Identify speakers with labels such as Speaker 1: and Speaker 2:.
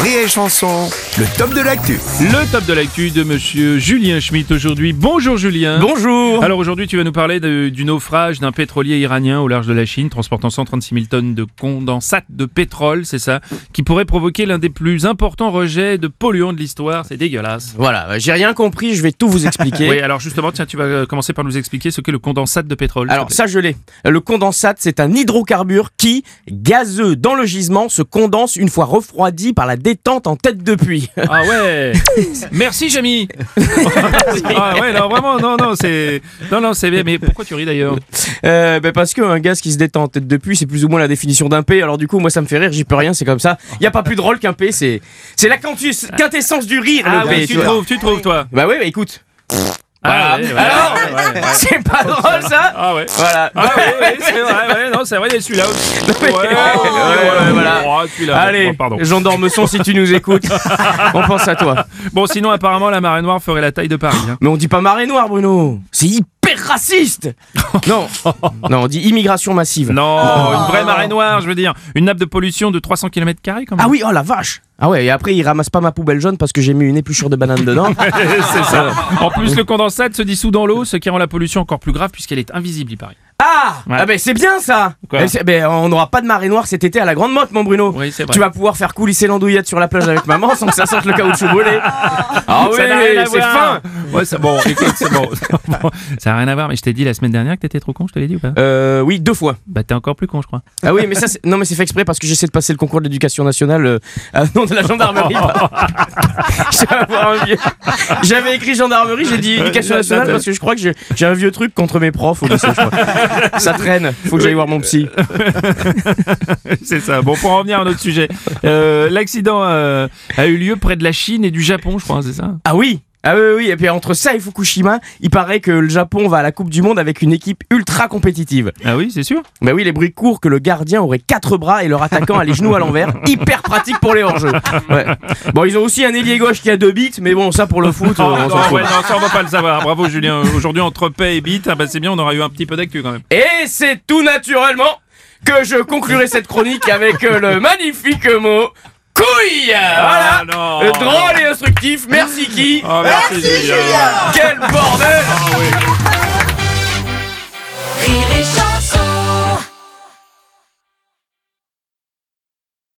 Speaker 1: Rire et chanson, le top de l'actu.
Speaker 2: Le top de l'actu de monsieur Julien Schmitt aujourd'hui. Bonjour Julien.
Speaker 3: Bonjour
Speaker 2: Alors aujourd'hui, tu vas nous parler de- du naufrage d'un pétrolier iranien au large de la Chine, transportant 136 000 tonnes de condensate de pétrole, c'est ça, qui pourrait provoquer l'un des plus importants rejets de polluants de l'histoire. C'est dégueulasse.
Speaker 3: Voilà, euh, j'ai rien compris, je vais tout vous expliquer.
Speaker 2: Oui, alors justement, tiens, tu vas euh, commencer par nous expliquer ce qu'est le condensate de pétrole.
Speaker 3: Alors
Speaker 2: s'il te
Speaker 3: ça je l'ai. Le condensate, c'est un hydrocarbure qui, gazeux dans le gisement, se condense une fois refroidi par la détente en tête de puits.
Speaker 2: plaît. Ah ouais Merci Jamie Ah ouais, non, vraiment, non, non, c'est... Non, non, c'est bien, mais pourquoi tu ris d'ailleurs
Speaker 3: Euh, ben parce qu'un gaz qui se détend en tête de puits, c'est plus ou moins la définition d'un P. Alors du coup, moi ça me fait rire, j'y peux rien, c'est comme ça. Il y a pas plus drôle qu'un P, c'est c'est la quintus- quintessence du rire.
Speaker 2: Ah
Speaker 3: le P,
Speaker 2: oui,
Speaker 3: tu
Speaker 2: tu
Speaker 3: vois.
Speaker 2: trouves, tu trouves, toi
Speaker 3: Bah oui, bah écoute, Voilà.
Speaker 2: Ah, ouais, ouais.
Speaker 3: Alors
Speaker 2: Ouais, ouais.
Speaker 3: c'est pas drôle ça.
Speaker 2: Ah ouais
Speaker 3: Voilà.
Speaker 2: Ah ouais, ouais, c'est vrai, ouais, non, c'est vrai, il y a celui-là aussi. Ouais, ouais,
Speaker 3: ouais, voilà.
Speaker 2: Oh, celui-là.
Speaker 3: Allez,
Speaker 2: Bon, pardon.
Speaker 3: Jean d'Ormesson, si tu nous écoutes, on pense à toi.
Speaker 2: Bon, sinon, apparemment, la marée noire ferait la taille de Paris. hein.
Speaker 3: Mais on dit pas marée noire, Bruno. C'est hyper raciste. non, non, on dit immigration massive.
Speaker 2: Non,
Speaker 3: Ah
Speaker 2: une vraie marée noire, je veux dire. Une nappe de pollution de 300 km quand même.
Speaker 3: Ah oui, oh la vache. Ah ouais, et après ils ramassent pas ma poubelle jaune parce que j'ai mis une épluchure de banane dedans.
Speaker 2: c'est ça. En plus, le condensate se dissout dans l'eau, ce qui rend la pollution encore plus grave puisqu'elle est invisible, il paraît.
Speaker 3: ah,
Speaker 2: Ouais.
Speaker 3: ah ben c'est bien ça.
Speaker 2: Quoi
Speaker 3: Eh, c'est- ben, on n'aura pas de marée noire cet été à la Grande Motte, mon Bruno.
Speaker 2: Oui, c'est vrai.
Speaker 3: Tu vas pouvoir faire coulisser l'andouillette sur la plage avec maman sans que ça sente le caoutchouc volé. Ah oui,
Speaker 2: ça n'a rien à
Speaker 3: c'est
Speaker 2: voir.
Speaker 3: fin.
Speaker 2: Ouais, c'est bon, écoute, c'est bon. Bon, Ça n'a rien à voir, mais je t'ai dit la semaine dernière que t'étais trop con, je te l'ai dit ou pas
Speaker 3: Euh, oui, deux fois.
Speaker 2: Bah, t'es encore plus con, je crois.
Speaker 3: Ah oui, mais ça, c'est- non, mais c'est fait exprès parce que j'essaie de passer le concours de l'éducation nationale euh, à nom de la gendarmerie. Je vais avoir un vieux- J'avais écrit gendarmerie, j'ai dit éducation nationale parce que je crois que j'ai j'ai un vieux truc contre mes profs au lycée, je crois. Ça traîne, faut que j'aille voir mon psy.
Speaker 2: C'est ça. Bon, pour en revenir à notre sujet, euh, l'accident euh, a eu lieu près de la Chine et du Japon, je crois, hein, c'est ça
Speaker 3: Ah oui ah oui, oui, oui, et puis entre ça et Fukushima, il paraît que le Japon va à la Coupe du Monde avec une équipe ultra compétitive.
Speaker 2: Ah oui, c'est sûr.
Speaker 3: Bah oui, les bruits courent que le gardien aurait quatre bras et leur attaquant a les genoux à l'envers. Hyper pratique pour les hors-jeux. Ouais. Bon, ils ont aussi un ailier gauche qui a deux bits, mais bon, ça pour le foot,
Speaker 2: Oh,
Speaker 3: on s'en
Speaker 2: non,
Speaker 3: fout.
Speaker 2: ouais, non, ça on va pas le savoir. Bravo Julien. Aujourd'hui entre paix et bite, ah bah, c'est bien, on aura eu un petit peu d'actu quand même.
Speaker 3: Et c'est tout naturellement que je conclurai cette chronique avec euh, le magnifique mot couille. Voilà.
Speaker 2: Ah, non. Ah,
Speaker 3: Euh, Drôle et instructif. Merci qui
Speaker 2: Oh, merci, Julien.
Speaker 3: Quel bordel